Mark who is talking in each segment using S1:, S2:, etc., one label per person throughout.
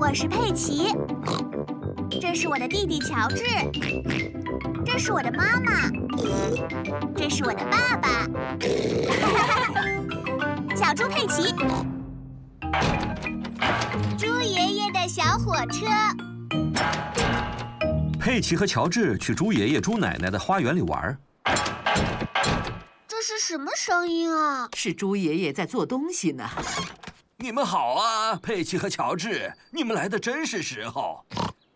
S1: 我是佩奇，这是我的弟弟乔治，这是我的妈妈，这是我的爸爸。 小猪佩奇，猪爷爷的小火车，
S2: 佩奇和乔治去猪爷爷、猪奶奶的花园里玩儿。
S1: 这是什么声音啊？
S3: 是猪爷爷在做东西呢。
S4: 你们好啊，佩奇和乔治，你们来的真是时候，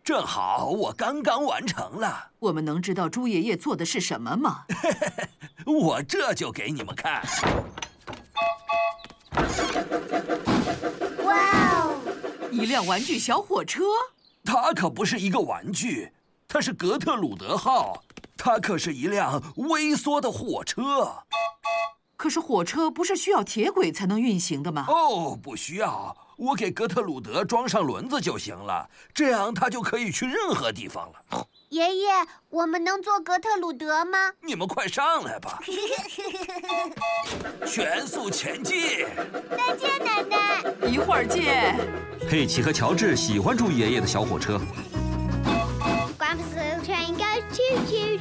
S4: 正好我刚刚完成了，
S3: 我们能知道猪爷爷做的是什么吗？
S4: 我这就给你们看。
S1: 哇哦，
S3: 一辆玩具小火车，
S4: 它可不是一个玩具，它是格特鲁德号，它可是一辆微缩的火车。
S3: 可是火车不是需要铁轨才能运行的吗？
S4: 哦，不需要，我给格特鲁德装上轮子就行了，这样它就可以去任何地方了。
S1: 爷爷，我们能坐格特鲁德吗？
S4: 你们快上来 吧，全速前进！
S1: 再见，奶奶。
S3: 一会儿见。
S2: 佩奇和乔治喜欢猪爷爷的小火车，
S5: Grandpa's little train goes choo choo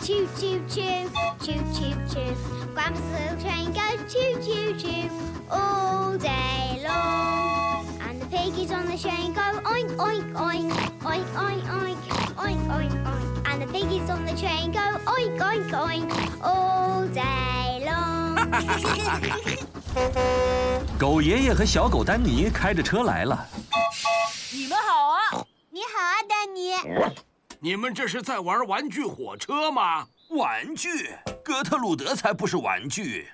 S5: choo, choo choo choo, choo choo choo. Grandpa's little train goes choo choo choo all day long. And the piggies on the train go oink oink oink, oink oink oink, oink oink oink. And the piggies on the train go oink oink oink all day long.
S2: 狗爷爷和小狗丹尼开着车来了。
S3: 你们好啊！
S1: 你好啊，丹尼。
S6: 你们这是在玩玩具火车吗？
S4: 玩具，格特鲁德才不是玩具。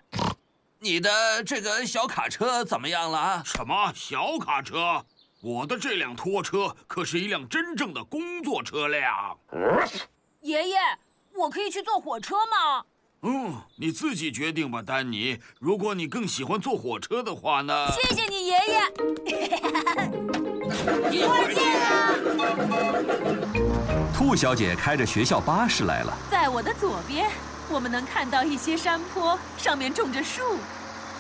S4: 你的这个小卡车怎么样了啊？
S6: 什么小卡车？我的这辆拖车可是一辆真正的工作车辆。
S7: 爷爷，我可以去坐火车吗？
S6: 嗯，你自己决定吧，丹尼。如果你更喜欢坐火车的话呢？
S7: 谢谢你，爷爷。
S2: 兔小姐开着学校巴士来了，
S7: 在我的左边，我们能看到一些山坡，上面种着树。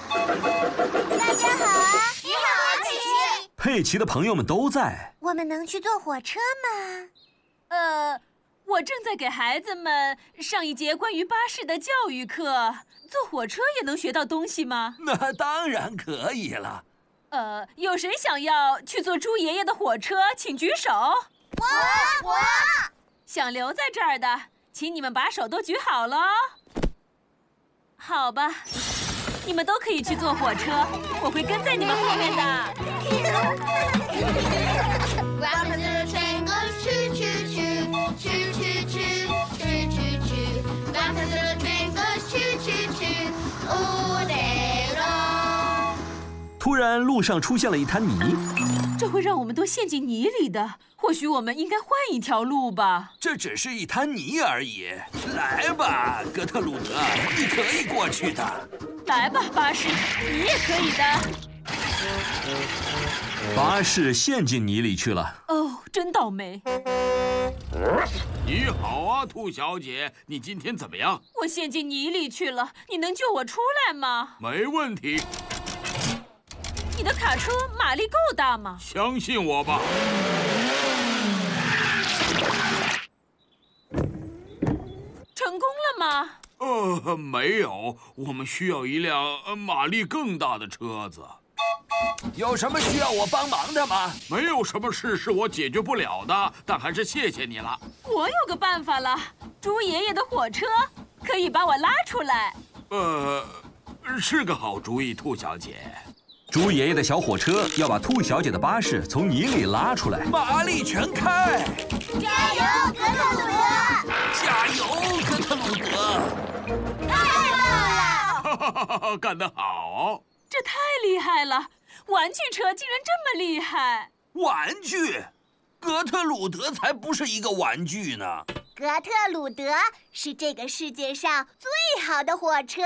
S1: 大家好啊！你好啊，佩奇。
S2: 佩奇的朋友们都在。
S1: 我们能去坐火车吗？
S7: 呃，我正在给孩子们上一节关于巴士的教育课。坐火车也能学到东西吗？
S4: 那当然可以了。
S7: 呃，有谁想要去坐猪爷爷的火车，请举手。
S1: 我我
S7: 想留在这儿的，请你们把手都举好了哦。好吧，你们都可以去坐火车，我会跟在你们后面的。
S5: Grandpa's little train goes choo choo choo, choo choo choo, choo choo choo. Grandpa's little train goes choo choo choo all day long.
S2: 突然，路上出现了一滩泥，
S7: 这会让我们都陷进泥里的。或许我们应该换一条路吧。
S4: 这只是一滩泥而已。来吧，格特鲁德，你可以过去的。
S7: 来吧，巴士，你也可以的。
S2: 巴士陷进泥里去了。
S7: 哦，真倒霉，
S6: 你好啊，兔小姐，你今天怎么样？
S7: 我陷进泥里去了。你能救我出来吗？
S6: 没问题，
S7: 你的卡车马力够大吗？
S6: 相信我吧。
S7: 成功了吗？
S6: 呃，没有，我们需要一辆呃马力更大的车子。
S4: 有什么需要我帮忙的吗？
S6: 没有什么事是我解决不了的，但还是谢谢你了。
S7: 我有个办法了，猪爷爷的火车可以把我拉出来。
S6: 呃，是个好主意，兔小姐。
S2: 猪爷爷的小火车要把兔小姐的巴士从泥里拉出来。
S4: 马力全开，
S1: 加油，格特鲁德！
S4: 加油，格特鲁德！
S1: 太棒了！
S6: 哈哈哈哈，干得好！
S7: 这太厉害了，玩具车竟然这么厉害！
S4: 玩具，格特鲁德才不是一个玩具呢。
S1: 格特鲁德是这个世界上最好的火车。